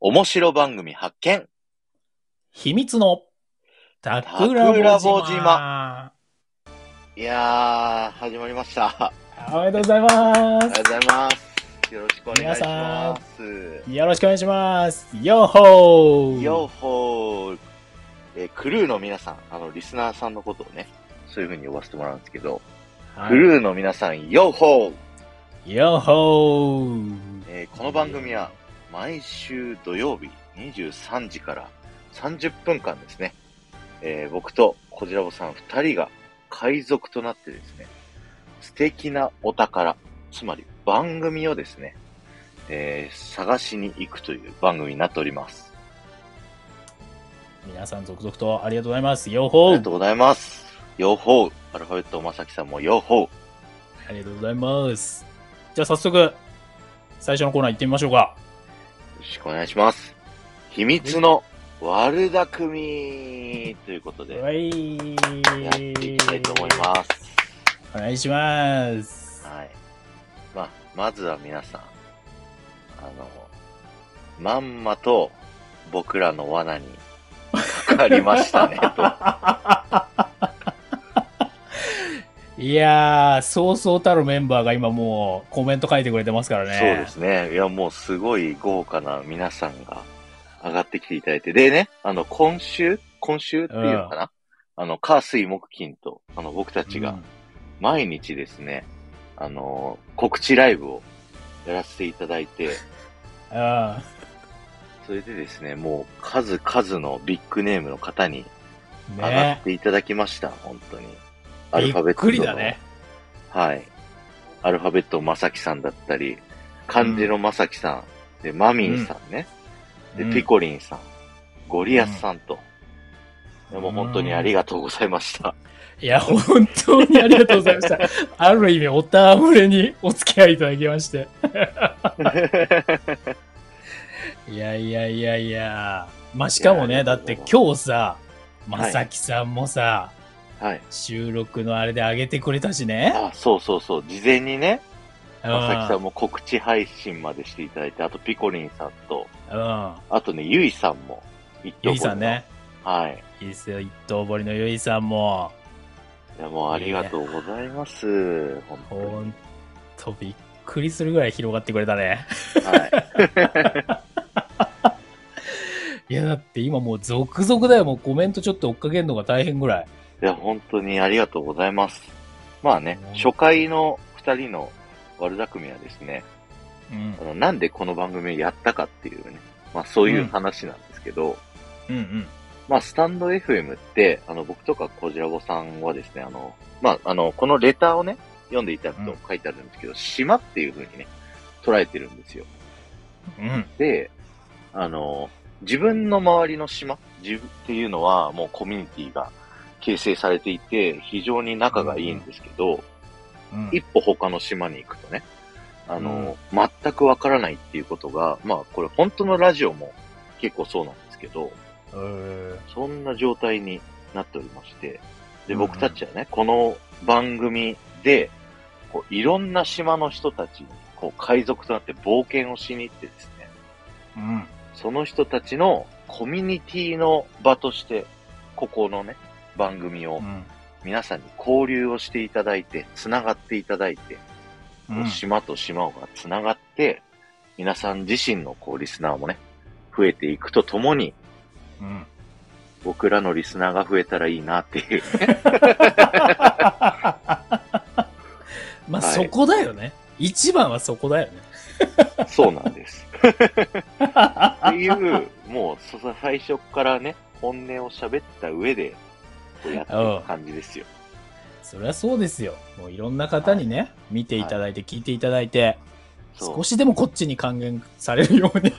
面白番組発見秘密の桜坊島ラボ島。いやー、始まりました。あおめでとうございまりがとうございます。よろしくお願いします。す。よろしくお願いします。ヨッホーヨッホー、えークルーの皆さん、あの、リスナーさんのことをね、そういう風に呼ばせてもらうんですけど、はいクルーの皆さん、ヨッホー、ヨッホーえーこの番組は毎週土曜日23時から30分間ですね、えー僕とこじらぼさん2人が海賊となってですね、素敵なお宝、つまり番組をですね、えー探しに行くという番組になっております。皆さん続々とありがとうございます。ヨッあホりーがとうございます。ヨーホーアルファベットまさきさんもヨーホーありがとうございます。じゃあ早速、最初のコーナー行ってみましょうか。よろしくお願いします。秘密の悪巧みということで、やはい。っていきたいと思います。す。お願いします。はい。まあ、まずは皆さん、あの、まんまと僕らの罠にかかりましたね、 と。いやー、そうそうたるメンバーが今もうコメント書いてくれてますからね。そうですね。いや、もうすごい豪華な皆さんが上がってきていただいて。でね、あの、今週今週っていうのかな、あの、火、水、木、金と、あの、僕たちうがん毎日ですね、あの、告知ライブをやらせていただいて、あそれでですね、もう数々のビッグネームの方にあ上がねっていただきました、本当に。アルびファベっットくの。りだね。はい。アルファベットまさきさんだったり、漢字のまさきさん、で、マミンさんね、うんで、ピコリンさん、ゴリアスさんと。でも本当にありがとうございま した。いや、本当にありがとうございました。 ある意味、おたぶれにお付き合いいただきまして。いやいやいやいや。まあ、しかもいやね、いやだって今日さ、まはいさきさんもさ、はい。収録のあれで上げてくれたしね。あ、そうそうそう。事前にね、うんまさきさんも告知配信までしていただいて、あとピコリンさんと、うん。あとね、ゆいさんも、一等分のゆいさんね。。はい。いいですよ、一等堀のゆいさんも。いや、もうありがとうございます。本当にほんと、びっくりするぐらい広がってくれたね。はいや、だって今もう続々だよ。もうコメントちょっと追っかけるのが大変ぐらい。い。いや、本当にありがとうございます。まあねうん、初回の二人の悪巧みはですね、うんあ。の、なんでこの番組をやったかっていうね、まあそういう話なんですけど、うんうん。まあスタンド FM って、あの、僕とかコジラボさんはですね、あの、まああの、このレターをね、読んでいただくうとん書いてあるんですけど、島っていう風にね、捉えてるんですよ。うん。で、あの、自分の周りの島自分っていうのはもうコミュニティが形成されていて、非常に仲がいいんですけど、うん一歩他の島に行くとね、あの、全くわからないっていうことが、まあこれ本当のラジオも結構そうなんですけど、うんそんな状態になっておりまして、で、うん僕たちはね、この番組で、こういろんな島の人たちに、こう海賊となって冒険をしに行ってですね、うん。その人たちのコミュニティの場として、ここのね、番組を皆さんに交流をしていただいて、つながっていただいて、うん。島と島がつながって、皆さん自身のこうリスナーもね、増えていくとともに、うん。僕らのリスナーが増えたらいいなっていう。 まあ、はいそこだよね。一番はそこだよね。そうなん です。っていう、もうそ最初からね、本音を喋った上で、こうやってる感じですよ。そりゃそうですよ。もういろんな方にね、見ていただいて、聞いていただいて、そう少しでもこっちに還元される ように。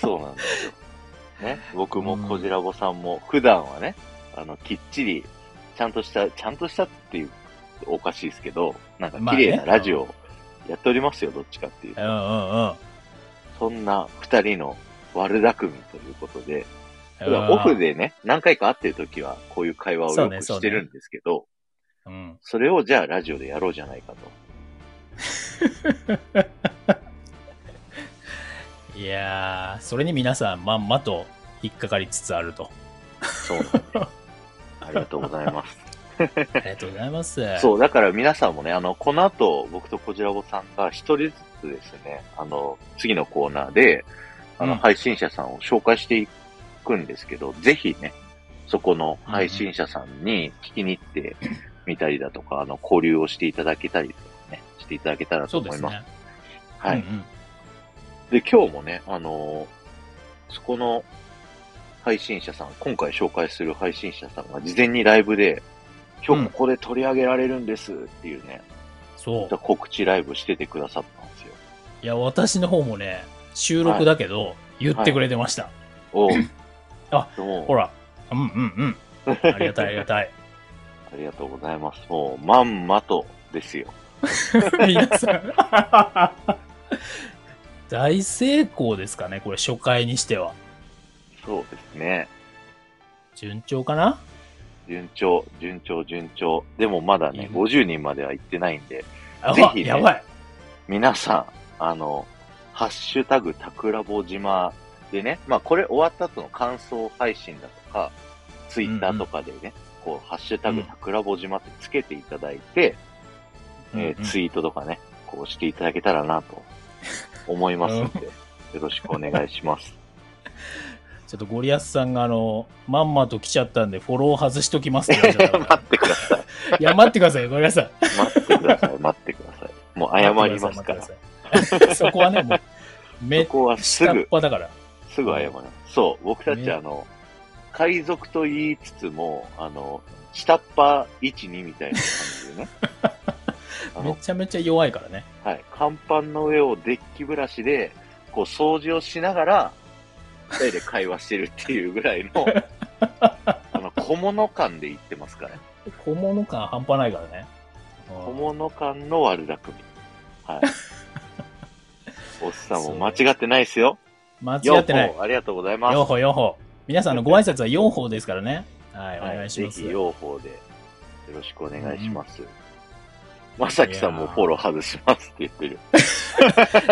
そうなんですよ。ね、僕もうんこじらぼさんも、普段はね、あの、きっちり、ちゃんとした、ちゃんとしたっていう、おかしいですけど、なんかまあ綺ね麗なラジオをやっておりますよ、どっちかっていううと。んうんうん。そんな二人の悪巧みということで、普うん段オフ。でね、何回か会ってる時は、こういう会話をそうよねくそうしねてるんですけど、うん。それをじゃあラジオでやろうじゃないかと。いやー、それに皆さん、まんまと引っかかりつつあると。そう なんで。ありがとうございます。ありがとうございます。そう、だから皆さんもね、あの、この後、僕とこじらぼさんが一人ずつですね、あの、次のコーナーで、あの、うん配信者さんを紹介していくんですけど、ぜひね、そこの配信者さんに聞きに行ってみたりだとか、あの、交流をしていただけたりとかね、していただけたらとそうで思いすます。ね。はい、うんうんで、今日もね、あのーそこの配信者さん、今回紹介する配信者さんが事前にライブで、今日ここで取り上げられるんですっていうね、そう。告知ライブしててくださったんですよ。いや、私の方もね、収録だけど、言ってくれてました。おうあ、もほう、ら、う んうんうん。ありがたい、ありがたい。 ありがとうございます。もう、まんまとですよ。皆さん。 大成功ですかね、これ、初回にしては。そうですね。順調かな順調、順調、順調。でもまだいねいね、 50人までは行ってないんで、あぜひねやばい。皆さん、あの、ハッシュタグ、たくらぼ島でね、まあこれ終わった後の感想配信だとか、ツイッターとかでね、こう、ハッシュタうグ、んたくらぼ島ってつけていただいて、えーうんうんツイートとかね、こうしていただけたらなと思いますので、よろしくお願いし ます。ちょっとゴリアスさんが、あの、まんまと来ちゃったんで、フォロー外しとき ますって言われちゃったか待ってください。ら。いや、待ってください、ゴリアスさん。待ってください。待ってください。もう謝りますから。待ってください。待ってください そこはね、もう、めそこはす下っぐ、端だから。すぐ謝ります。そう、僕たちねあの、海賊と言いつつも、あの、下っ端1、2みたいな感じ でね。あめの、ちゃめちゃ弱いからね。はい。甲板の上をデッキブラシで、こう掃除をしながら、二人で会話してるっていうぐらい の、あの、小物感で言ってますからね。小物感半端ないからね。小物感の悪巧み。はい。おっさんも間違ってないですよ。間違ってないよう。ほうありがとうございます。用法用法。皆さんのご挨拶は用法ですからね。はい、おはい願いします。ぜひ、用法でよろしくお願いします。まさきさんもフォロー外しますって言ってる。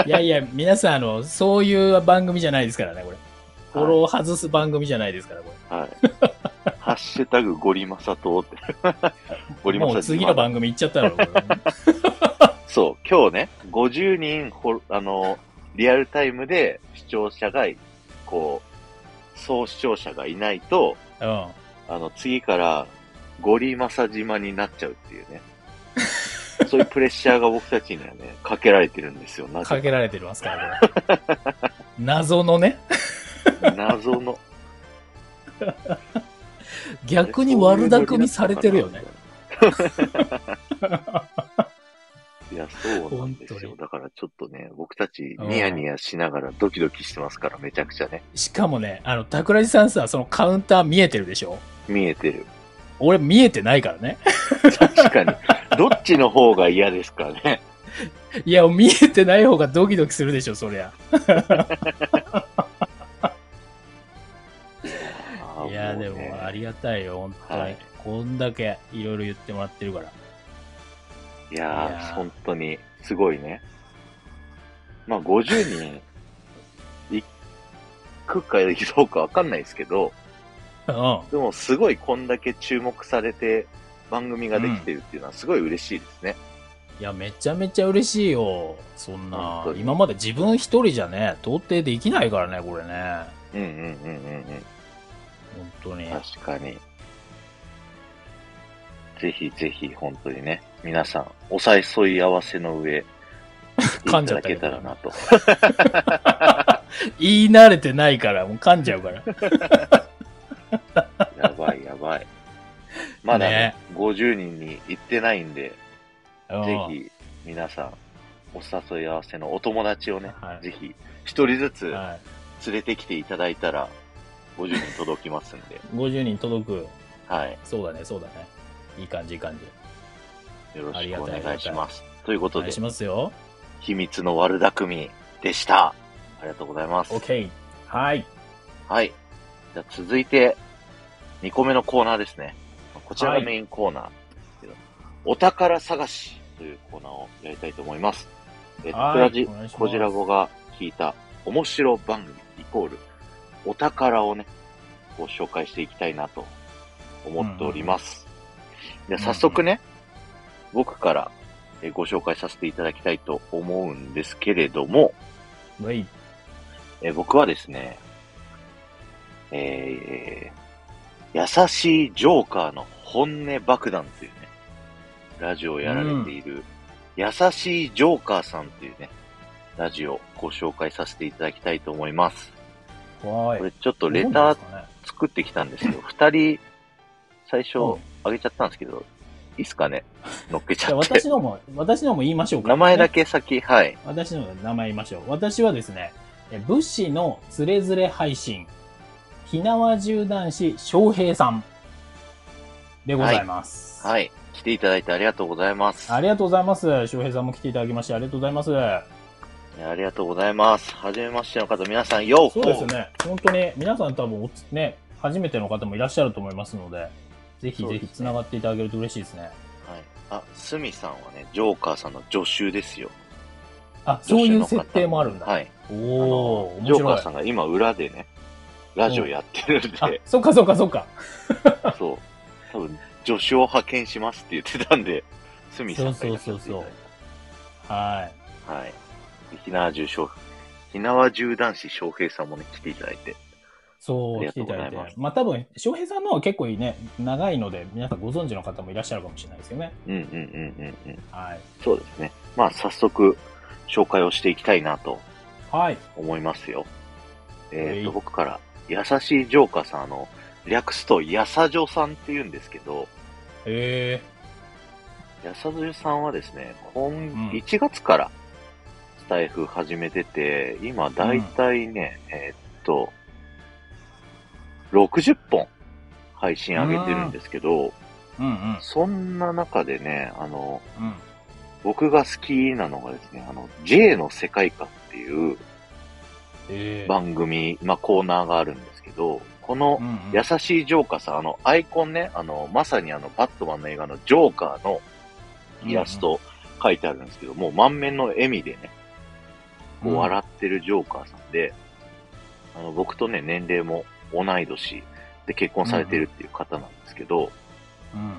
いやいや、皆さん、あの、そういう番組じゃないですからね、これ。フォロー外す番組じゃないですから、こはい。 ハッシュタグゴリマサトって。 ゴれ。リマもサう次の番組行っちゃったの。これそう、今日ね、50人フォロー、あの、リアルタイムで視聴者が、こう、総視聴者がいないと、うん。あの、次から、ゴリマサ島になっちゃうって いうね。そういうプレッシャーが僕たちにはね、かけられてるんですよ。なぜかけられてますから、これ。謎のね、か謎の。 逆に悪巧みされてるよね。。 いや、そうなんです本当よ。にだからちょっとね、僕たちニヤニヤしながらドキドキしてますから、めちゃくちゃね。しかもね、あの、桜地さんさ、そのカウンター見えてるでしょ見えてる。俺見えてないからね。確かに。どっちの方が嫌ですかね。いや、見えてない方がドキドキするでしょ、そりゃ。あー いや、でうねもありがたいよ、本当に。はいこんだけいろいろ言ってもらってるから。いやいやーー本当に、すごいね。まあ、50人、いくかどうかわかんないですけど、うん。でもすごいこんだけ注目されて番組ができてるっていうのはすごい嬉しいですね。いや、めちゃめちゃ嬉しいよ。そん本な当。に今まで自分一人じゃね、到底できないからね、これね。うんうんうんうん本当にうん。。確かに。ぜひぜひ、本当にね、皆さん、お誘い合わせの上、い噛たんじゃっだたけけどたらなと。言い慣れてないから、もう噛んじゃう から。やば いやばい。まだねね、 50人に行ってないんで、うんぜひ皆さん、お誘い合わせのお友達をね、はいぜひ一人ずつ連はれてきていただいたら、50人届きますん で、い。50人届く。はい。そうだね、そうだね。いい感じ、いい感じ。よろあしりくがおたい願いします。というこおと願でいし、ますよ。秘密の悪巧みでした。ありがとうございます。 OK。はい。はい。じゃあ続いて、2個目のコーナーですね。こちらがメインコーナー。お宝探しというコーナーをやりたいと思います。えー、はいトラジお願いしますコジラボが聞いた面白番組イコールお宝をね、ご紹介していきたいなと思っております。でうん早速ね、僕からえーご紹介させていただきたいと思うんですけれども、うい。えー僕はですね、えー優しいジョーカーの本音爆弾というね、ラジオをやられている、優しいジョーカーさんというね、ラジオをご紹介させていただきたいと思います。はこい。れちょっとレター作ってきたんです けど、二人、最初あげちゃったんですけど、いいっすかね乗っけちじゃゃあって私。のも、私のも言いましょうか。名前だけ。け先、はい。私のも名前言いましょう。私はですね、え物資のつれづれ配信、ひなわ縦男子翔平さんでございます。い。はい。来ていただいてありがとうございます。ありがとうございます。翔平さんも来ていただきまして、ありがとうございます。いやありがとうございます。はじめましての方、皆さん、よそうですね。本当に皆さん多分おつね、初めての方もいらっしゃると思いますので、ぜひそうぜですひね繋がっていただけると嬉しいですね。はい。あ、スミさんはね、ジョーカーさんの助手ですよ。あ、そういう助手の設方定もあるんだ。はい。あおおの面ジョーカ白いーさ。んが今裏でね、ラジオやってるんあで、、そっかそっかそっか。そう。多分、助手を派遣しますって言ってたんで、スミさんがいらっしゃっていただいてそうそうそうははい。ひなわ重将、ひなわ重男子翔平さんもね、来ていただいて。い。そあう、りがと来ていうごただざいいてます。まあ多分、翔平さんのは結構いいね、長いので、皆さんご存知の方もいらっしゃるかもしれないですよね。うんうんうんうんうん。はい。そうですね。まあ、早速、紹介をしていきたいなとはい。思いますよ。えっ、はと、い僕から、優しいジョーカーさん、あの、略すと、やさじょさんって言うんですけど、えやさじょさんはですね、今、ん1月から、スタイフ始めてて、今、だいたいね、えーっと、60本、配信上げてるんですけど、ー。うんうん。そんな中でね、あの、うん。僕が好きなのがですね、あの、J の世界観っていうえー。番組、まあコーナーがあるんですけど、この、うんうん優しいジョーカーさん、あの、アイコンね、あの、まさにあの、バットマンの映画のジョーカーのイラス。ト書いてあるんですけど、もう満面の笑みでね、こう笑ってるジョーカーさんで、あの、僕とね、年齢も同い年で結婚されてるっていう方なんですけど、うん。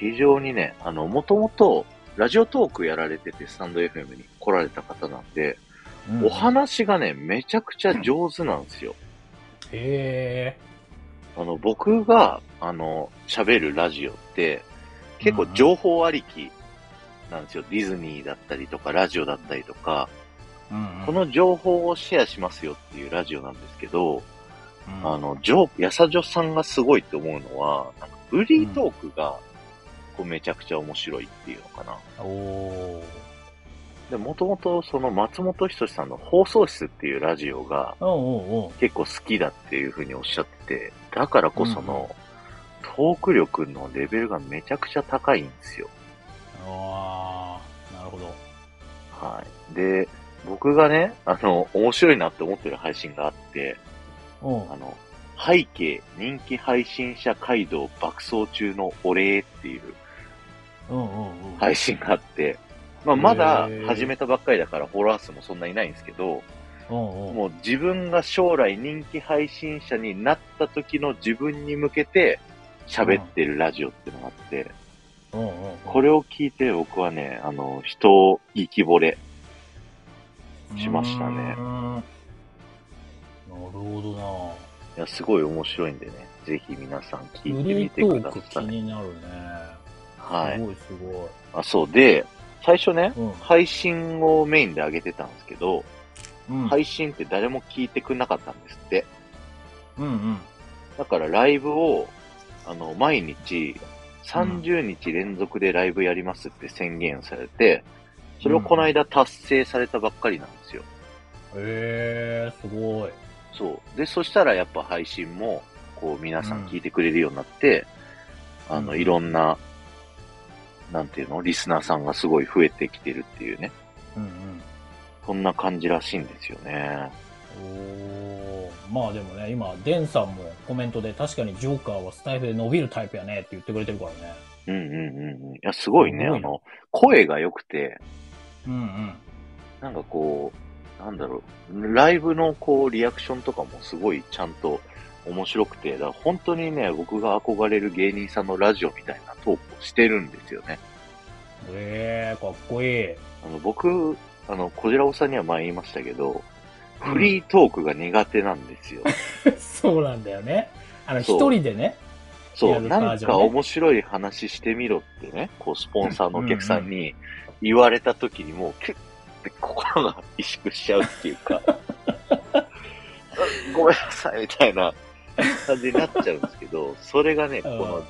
非常にね、あの、もともと、ラジオトークやられてて、スタンド FM に来られた方なんで、うんお。話がね、めちゃくちゃ上手なんですよ。えあの、僕が、あの、喋るラジオって、結構情報ありきなんですよ。ディズニーだったりとか、ラジオだったりとか、ー。うんうんこ、の情報をシェアしますよっていうラジオなんですけど、うんあ、の、ジョー、やさじょさんがすごいと思うのは、なんかフリートークが、こう、めちゃくちゃ面白いっていうのかな。おー。で、もともとその松本人志さんの放送室っていうラジオがおうおうおう。結構好きだっていうふうにおっしゃってて、だからこその、トーク力のレベルがめちゃくちゃ高いんですよ。あー、なるほど。はい。で、僕がね、あの、面白いなって思ってる配信があって、おあうの、背景人気配信者街道爆走中のお礼っていうおうおうおう。配信があって、まあ、まだへー始めたばっかりだからフォロワー数もそんないないんですけど、おうおう。もう自分が将来人気配信者になった時の自分に向けて喋ってるラジオってのがあって、おうおうおうこれを聞いて僕はね、あの、人を生きぼれ。しましたねうーんなるほいや、すごい面白いんでね、ぜひ皆さんどな。聞フいてリみーてトくーだク気さい。になるね。はすい。ごいすごあ、そうで、最初ね、い。配信をメインで上げてたんですけど、うん。うん。配信って誰も聞いてくれなかったんですって。うんうん。だからライブを、あの、毎日、30日連続でライブやりますって宣言されて、それをこの間達成されたばっかりなんですよ。えー、すごい。そう。で、そしたらやっぱ配信も、こう皆さん聞いてくれるようになって、うんあの、いろんな、なんていうのリスナーさんがすごい増えてきてるっていうね。うんそんな感じらしいんですよね。うん。おーまあでもね、今、デンさんもコメントで、確かにジョーカーはスタイフで伸びるタイプやねって言ってくれてるからね。うんうんうんうん。いや、すごいね。すごあいなの、声が良くて、うんうん。なんかこう、なんだろう、ライブのこう、リアクションとかもすごいちゃんと面白くて、だから本当にね、僕が憧れる芸人さんのラジオみたいなトークをしてるんですよね。えー、かっこい い。あの、僕、あの、こじらおさんには前言いましたけど、フリートークが苦手なんですよ。そうなんだよね。あの、そう一人でね。そやう、るなバーんジョンねか面白い話してみろってね、こう、スポンサーのお客さんに言われた時にもう、キュッて心が萎縮しちゃうっていうか、 ごめんなさいみたいな感じになっちゃうんですけど、それがね、こうんの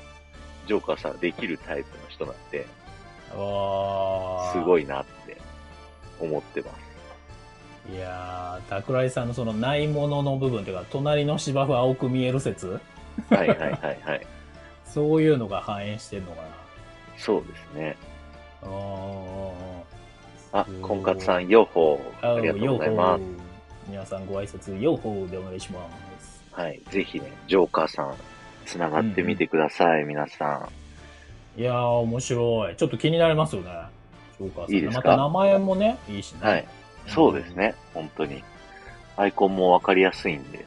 ジョーカーさんできるタイプの人なんで、あすい。ごいなって思ってます。いやー、桜井さんのそのないものの部分というか、隣の芝生青く見える説はいはいはいはい。そういうのが反映してんのかな。そうですね。あーあす、ごい婚活さん、ヨッホー。ありがとうございます。す。皆さんご挨拶、ようほうでお願いします。はい。ぜひね、ジョーカーさん、つながってみてください、皆さん。いやー、面白い。ちょっと気になりますよね。そうか。いいですかまた名前もね、いいしね。はい。そうですね、本当に。アイコンもわかりやすいんで、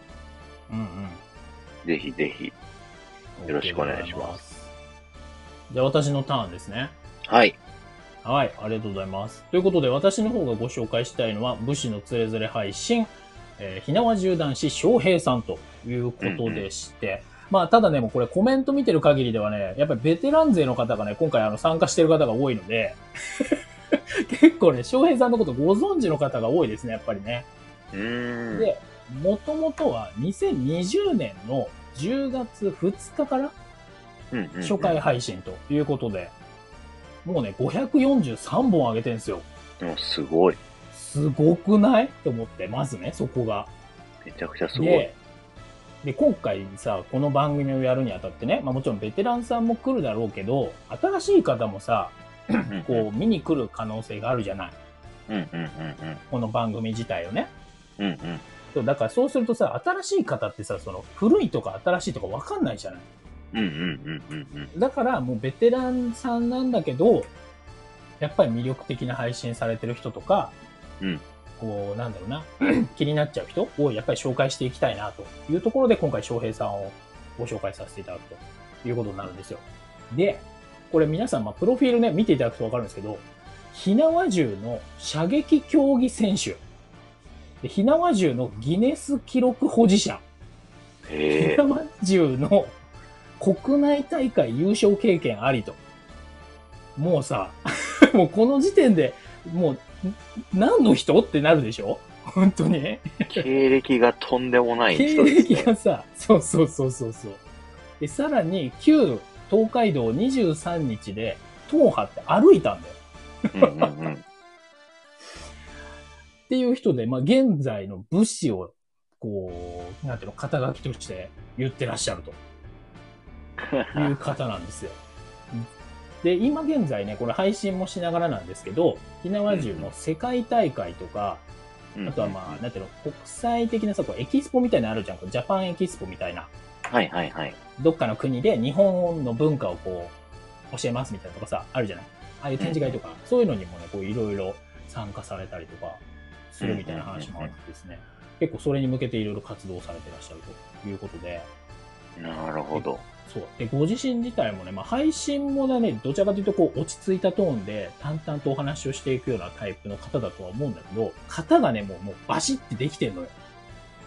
うんうん。。ぜひぜひ。よろしくお願いしますじゃあ私のターンですね。はい。はい、ありがとうございます。ということで私の方がご紹介したいのは武士のつれづれ配信、えー、ひなわ縦断士翔平さんということでして、まあただね、もうこれコメント見てる限りではね、やっぱりベテラン勢の方がね、今回あの参加してる方が多いので、 結構ね、翔平さんのことご存知の方が多いですね、やっぱりね。うーん。で、もともとは2020年の10月2日からうんうんうん初回。配信ということで、もうね、543本上げてるんですよ。でもすごい。すごくないと思って、まずね、そこが。めちゃくちゃすごい。で、で、今回さ、この番組をやるにあたってね、まあもちろんベテランさんも来るだろうけど、新しい方もさ、こう見に来る可能性があるじゃない。うん。うんうんうんこの番組自体をね。うん。うんうん。そうだからそうするとさ、新しい方ってさ、その古いとか新しいとかわかんないじゃない。うんうんうんうんうん。だからもうベテランさんなんだけど、やっぱり魅力的な配信されてる人とか、うんこう、なんだろうな、 気になっちゃう人をやっぱり紹介していきたいなというところで、今回翔平さんをご紹介させていただくということになるんですよ。で、これ皆さん、まあ、プロフィールね、見ていただくとわかるんですけど、火縄銃の射撃競技選手、で火縄銃のギネス記録保持者、へえ火。縄銃の国内大会優勝経験ありと。もうさ、 もうこの時点で、もう、ん何の人ってなるでしょ本当に。経歴がとんでもない経人です歴ね。がさ、そうそうそうそうそう。で、さらに、旧東海道23日で、党派って歩いたんだよ。うんうんうん。っていう人で、まあ、現在の武士を、こう、なんていうの、肩書きとして言ってらっしゃると。いう方なんですよ。で、今現在ね、これ配信もしながらなんですけど、火縄銃の世界大会とか、あとはまあ、なんていうの、国際的なさ、こうエキスポみたいなのあるじゃん、こうジャパンエキスポみたいな。あ。はいはいはい。どっかの国で日本の文化をこう、教えますみたいなとかさ、あるじゃない。ああいう展示会とか、そういうのにもね、こういろいろ参加されたりとか、するみたいな話もあってですね、結構それに向けていろいろ活動されてらっしゃるということで、なるほど。そう。で、ご自身自体もね、まあ、配信もね、どちらかというと、こう、落ち着いたトーンで、淡々とお話をしていくようなタイプの方だとは思うんだけど、型がね、もう、もう、バシッてできてんのよ。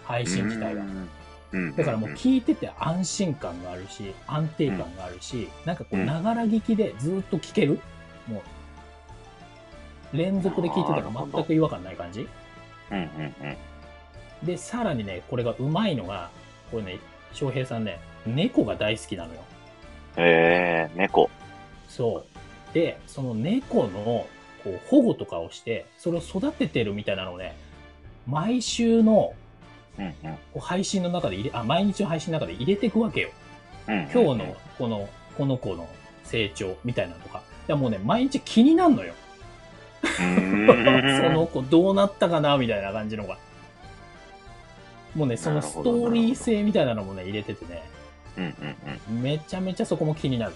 配信自体がう。んうんん。だからもう、聞いてて安心感があるし、安定感があるし、なんかこう、ながら聞きでずっと聞ける。もう、連続で聞いてたなるほらど全く違和感ない感じ。うんうんうん。で、さらにね、これがうまいのが、これね、翔平さんね、猫が大好きなのよ。へえ、猫。そう。で、その猫のこう保護とかをして、それを育ててるみたいなのをね、毎週のうんうん。こう配信の中で入れ、あ、毎日の配信の中で入れていくわけよ。今今日のこの、この子の成長みたいなのとか。いやもうね、毎日気になるのよ。そその子どうなったかなみたいな感じのが。もうね、そのストーリー性みたいなのもね、入れててね、うんうんうん。めちゃめちゃそこも気になる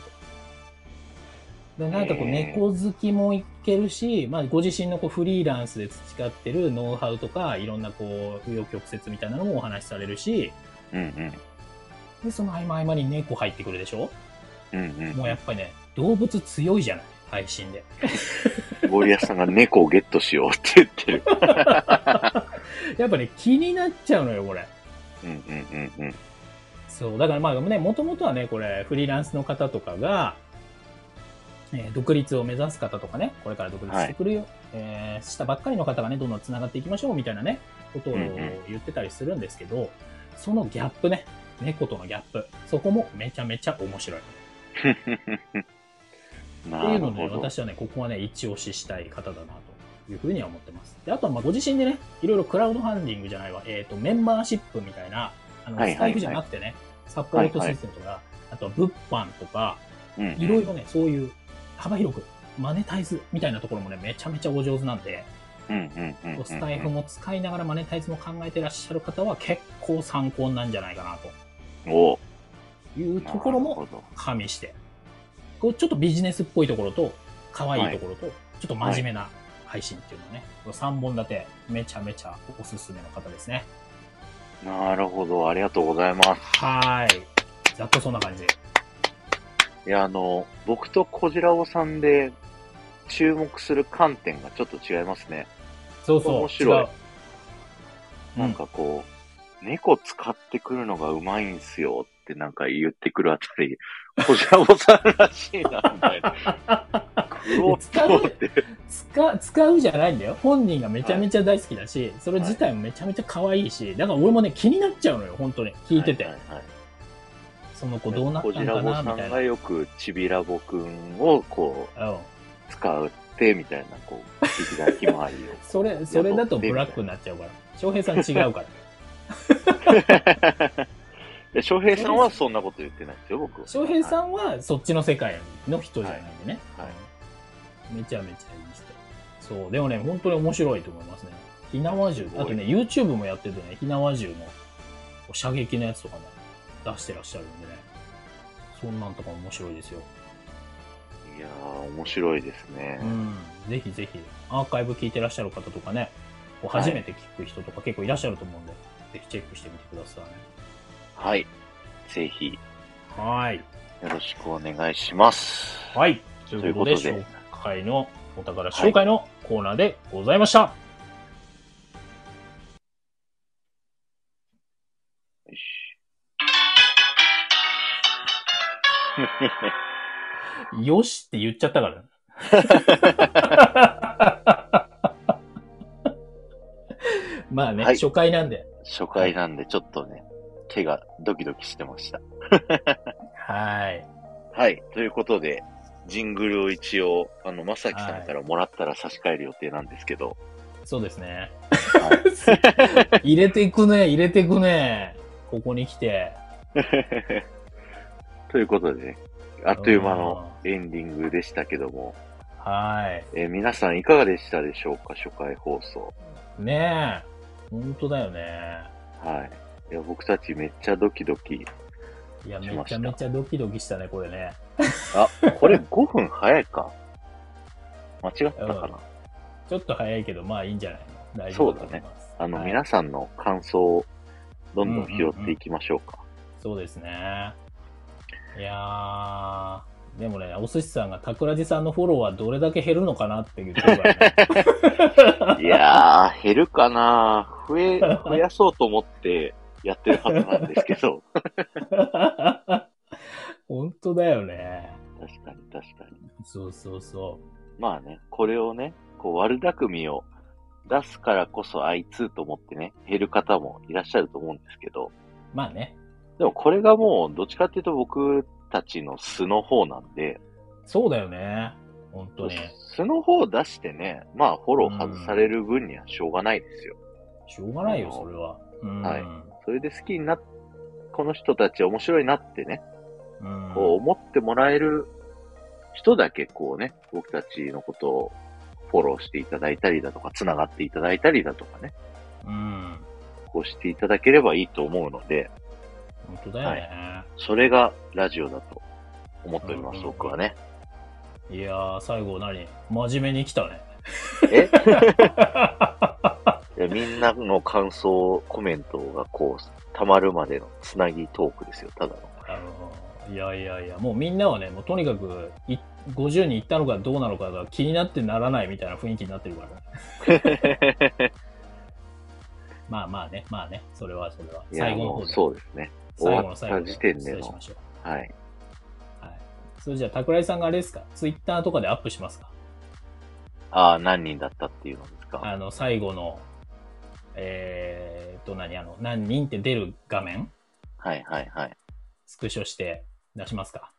と。でなんかこうえー猫好きもいけるし、まあ、ご自身のこうフリーランスで培ってるノウハウとかいろんなこう紆余曲折みたいなのもお話しされるしうんうん。でその合間合間に猫入ってくるでしょうんもうやっぱりね動物強いじゃない配信でうん。ゴリアスさんが猫をゲットしようって言ってる。やっぱね気になっちゃうのよこれうんうんうんうん。そう、だからまあね、もともとはね、これ、フリーランスの方とかが、えー独立を目指す方とかね、これから独立してくるよ、えーしたばっかりの方がね、どんどん繋がっていきましょうみたいなね、ことをうんうん言ってたりするんですけど、そのギャップね、猫とのギャップ、そこもめちゃめちゃ面白い。っなているうのほで、ど。私はね、ここはね、一押ししたい方だなというふうには思ってます。であとはまあご自身でね、いろいろクラウドファンディングじゃないわ、えっ、と、メンバーシップみたいな、あの、はいはいはいスタイフじゃなくてね、サポートシステムとか、あとは物販とか、うんうんいろいろね、そういう幅広く、マネタイズみたいなところもね、めちゃめちゃお上手なんで、うんうんうんうん。スタイフも使いながらマネタイズも考えてらっしゃる方は結構参考になるんじゃないかなおうというところなるもほど加味して、こうちょっとビジネスっぽいところと、可愛いところと、ちょっと真面目な配信っていうのね、3本立て、めちゃめちゃおすすめの方ですね。なるほど。ありがとうございます。はーい。ざっとそんな感じ。いや、あの、僕とこじらおさんで注目する観点がちょっと違いますね。そうそう。面白い違ううんなんかこう、猫使ってくるのがうまいんすよってなんか言ってくるあたり、 こじらおさんらしいな、みたいな。 食おうと思って。使使うじゃないんだよ本人がめちゃめちゃ大好きだし、それ自体もめちゃめちゃ可愛いしだから俺もね気になっちゃうのよ本当に聞いてて、はいはいはいその子どうなったこじんらかぼさなみたんいがなよくちびらぼくんをこうんう使ってみたいなこう劇団ひ まわりをそれそれだとブラックになっちゃうから翔平さん違 うからで翔平さんはそんなこと言ってないですよ僕は翔平さはんはそっちの世界の人じゃないんでね、はいはめちゃめちゃいい人そうでもね本当に面白いと思いますねひなわす銃ごいあとね YouTube もやっててねひなわ銃の射撃のやつとかね出してらっしゃるんでねそんなんとか面白いですよいいやー面白いですね、うん、ぜひぜひ、アーカイブ聞いてらっしゃる方とかね、こうはい初めて聞く人とか結構いらっしゃると思うんで、ぜひチェックしてみてくださいね。はいぜひはい。よろしくお願いしますはい。ということで、ということ紹で介の、お宝紹介のコーナーでございました。よしよしって言っちゃったから。まあね、はい初回なんで。初回なんでちょっとね手がドキドキしてましたはい。はいということでジングルを一応あのまさきさんからもらったら差し替える予定なんですけど、そうですね。は 入れていくね、入れていくね。ここに来て。 ということでね、あっという間のエンディングでしたけども、はい。えー皆さんいかがでしたでしょうか、初回放送。ねえ。本当だよね。はい。いや僕たちめっちゃドキド キ。いや、しめましちたゃめちゃドキドキしたね、これね。あ、これ5分早いか。間違ったかな。ちょっと早いけど、まあいいんじゃないの大そ丈う夫だだとね思います。あの、はい皆さんの感想をどんどん拾っていきましょうか。そうですね。いやー、でもね、お寿司さんが桜地さんのフォロワーどれだけ減るのかなって言ってるからね。いやー、減るかな増え、増やそうと思ってやってるはずなんですけど。 本当だよね。確かに確かに。そうそうそまあね、これをね、こう悪巧みを出すからこそあいつと思ってね、減る方もいらっしゃると思うんですけど、う。まあね。でもこれがもうどっちかっていうと僕たちの素の方なんで、そうだよね。本当に。素の方を出してね、まあフォロー外される分にはしょうがないですよ。しょうがないよ、それは。うん。はいそれで好きになっ、この人たち面白いなってね、うん、こう思ってもらえる人だけこうね、僕たちのことをフォローしていただいたりだとか、繋がっていただいたりだとかね、うん。こうしていただければいいと思うので、本当だよね。それがラジオだと思っております、うん僕はね。いやー、最後何真面目に来 たね。えいやみんなの感想、コメントがこう、溜まるまでのつなぎトークですよ、ただ の。あの、いやいやいや、もうみんなはね、もうとにかく、い50に行ったのかどうなのかが気になってならないみたいな雰囲気になってるからね。まあまあね、まあね、それはそれは。いや、最後のも方うで。そうですね。最後の最終後わった時点での失礼しましょう。はい。それじゃあ、桜井さんがあれですかツイッターとかでアップしますかああ、何人だったっていうのですか。あの、最後の、えーっと、何、あの、何人って出る画面、はいはいはい。スクショして出しますか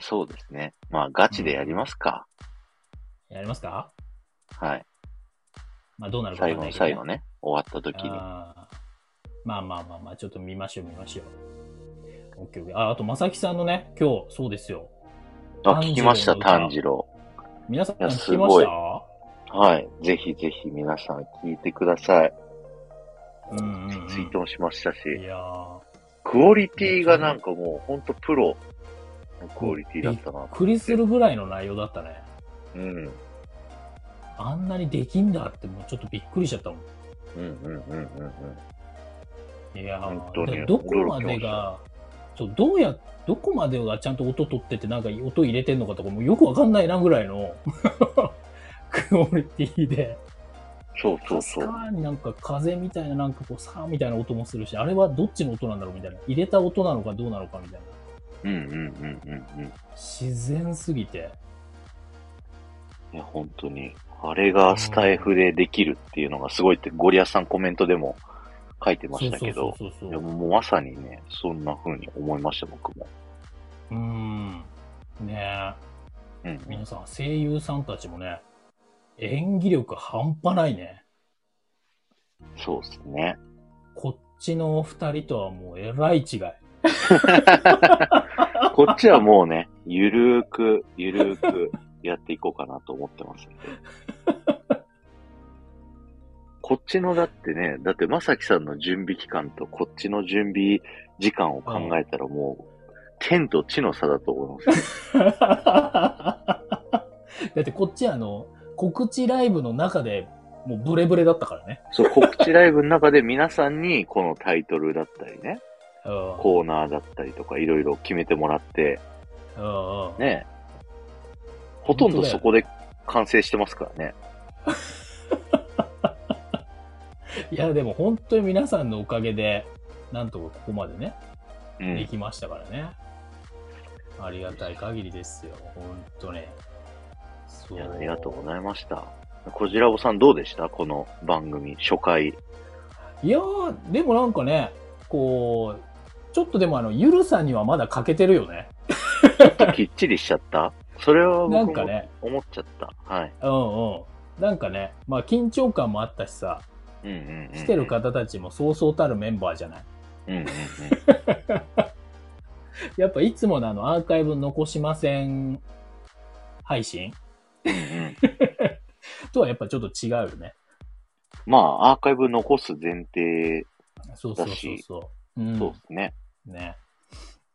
そうですね。まあ、ガチでやりますか。やりますかはい。まあ、どうなるかわ最かん後のないけど、最後ね、終わった時に。あーまあまあまあまあ、ちょっと見ましょう見ましょう。オッケーオッケー。あ、あと、まさきさんのね、今日、そうですよ。あ、聞きました、炭炭治治郎。皆さんいや聞きすましごいたはい。ぜひぜひ皆さん聞いてください。うんうんうんツイートもしましたし、いやークオリティがなんかもうほんとプロのクオリティだったな。クリスルぐらいの内容だったね。うん。あんなにできんだって、もうちょっとびっくりしちゃったもん。うんうんうんうんうん。いやー本当にでどこまで驚きまが、そう、どうや、どこまでがちゃんと音取ってて、なんか音入れてんのかとか、もうよくわかんないなぐらいの クオリティで、そうそかうすそう。かになんか風みたいな、なんかこう、さーみたいな音もするし、あれはどっちの音なんだろうみたいな、入れた音なのかどうなのかみたいな、うんうんうんうんうん。自然すぎて、いや、本当に。あれがスタイフでできるっていうのがすごいって、ゴリアスさんコメントでも書いてましたけど、そうそうそういやそう。もうまさにね、そんな風に思いました、僕も。うーん。ねえ。うんうん。皆さん、声優さんたちもね、演技力半端ないね。そうですね。こっちの二人とはもうえらい違い。 こっちはもうね、ゆるーく、ゆるーくやっていこうかなと思ってますんで。こっちのだってね、だってまさきさんの準備期間とこっちの準備時間を考えたらもう、天と地の差だと思いますよ。だってこっちあの、告知ライブの中でもうブレブレだったからね。そう、告知ライブの中で皆さんにこのタイトルだったりね、うん。コーナーだったりとかいろいろ決めてもらって、うんうんね、ほとんどそこで完成してますからね。いや、でも本当に皆さんのおかげで、なんとかここまでね、うでん。きましたからね。ありがたい限りですよ。本当に。そいや、ありがとうございました。こじらぼさんどうでしたこの番組、初回。 いやー、でもなんかね、こう、ちょっとでもあの、ゆるさにはまだ欠けてるよね。ちょっときっちりしちゃったそれはなん僕かもね、思っちゃった。はい。うんうん。なんかね、まあ緊張感もあったしさ、うんうん、うん。来てる。方たちもそうそうたるメンバーじゃない。うんうんうん。やっぱいつものあの、アーカイブ残しません配信うんうん、とはやっぱちょっと違うよね。まあ、アーカイブ残す前提、そうそうそうそう。うん、そうですね。ね。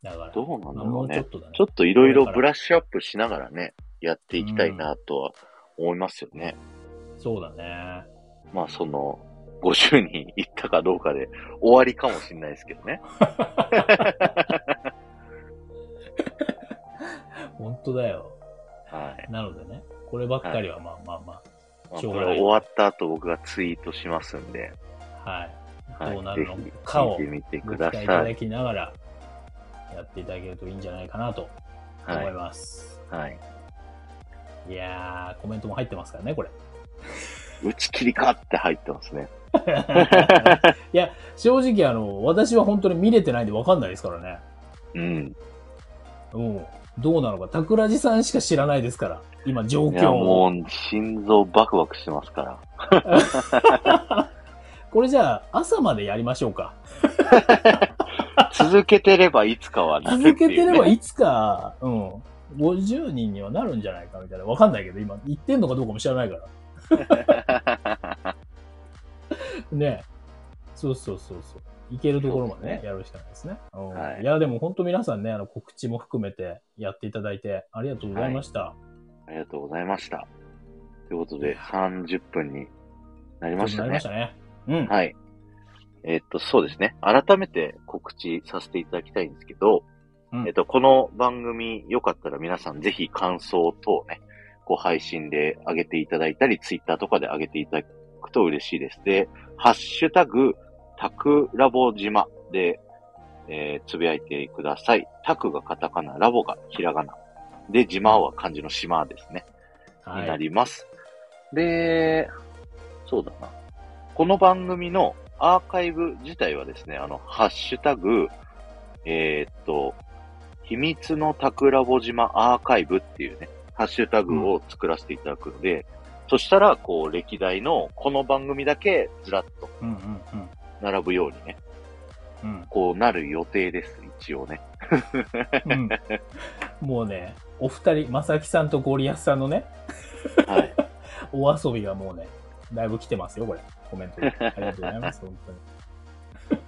だから、どうなんだまあろもううちょねっ。とだね。ちょっといろいろブラッシュアップしながらね、やっていきたいなとは思いますよね。そうだね。まあ、その、50人行ったかどうかで終わりかもしれないですけどね。本当だよ。はい。なのでね、こればっかりはまあまあままあ、しょうこがれない終わった後僕がツイートしますんで。あ、はい。はい、どうなるのぜひかを聞いてみてごく期だ待さいい。ただきながらやっていただけるといいんじゃないかなとは思い。います。はい。い、やー、コメントも入ってますから ね、これ。打ち切りかって入ってますね。いや、正直あの、私は本当に見れてないんでわかんないですからね。うん。うん。どうなのか。桜地さんしか知らないですから。今、い状況や、を。もう心臓バクバクしてますから。これじゃあ、朝までやりましょうか。続けてればいつかはなる続ってけいてう、ね。ればいつか、うん。50人にはなるんじゃないかみたいな。わかんないけど、今、言ってんのかどうかも知らないから。ねそうそうそうそう。いけるところまでそうねで、すやるしかないですね。うんはいいや、でも本当皆さんね、あの、告知も含めてやっていただいて、ありがとうございました。 ありがとうございました。ということで、30分になりましたなりねまし。たね。うん。はい。えっと、そうですね。改めて告知させていただきたいんですけど、うんえっと、この番組、よかったら皆さんぜひ感想等ね、こう配信で上げていただいたり、ツイッターとかで上げていただくと嬉しいです。で、ハッシュタグ、タクラボ島で、えーつぶやいてください。タクがカタカナ、ラボがひらがな。で、島は漢字の島ですね。は。にないります。で、そうだな。この番組のアーカイブ自体はですね、あの、ハッシュタグ、えーっと、秘密の桜ぼ島アーカイブっていうね、ハッシュタグを作らせていただくので、そしたら、こう、歴代のこの番組だけずらっとうんうんうん。並ぶようにね、うんこうなる予定です、一応ね。うん。もうね、お二人、まさきさんとゴリアスさんのね、はい。 お遊びがもうね、だいぶ来てますよ、これ。コメントで。ありがとうございます、本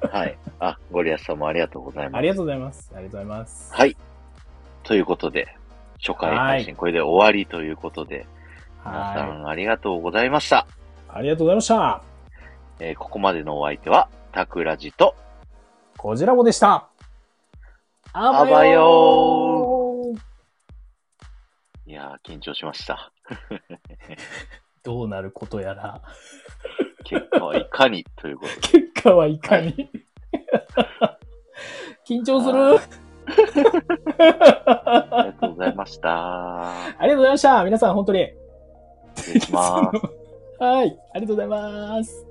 当に。はい。あ、ゴリアスさんもありがとうございますあり。がとうございます。ありがとうございます。はい。ということで、初回配信、これで終わりということで、皆さはい。んありがとうございました。ありがとうございました。えーここまでのお相手は、タクラジと、こちらもでした。あばよーいやー、緊張しました。どうなることやら、結果はいかにということで。結果はいかに、 緊張するありがとうございました。ありがとうございました。皆さん本当に。失礼します。はい。ありがとうございます。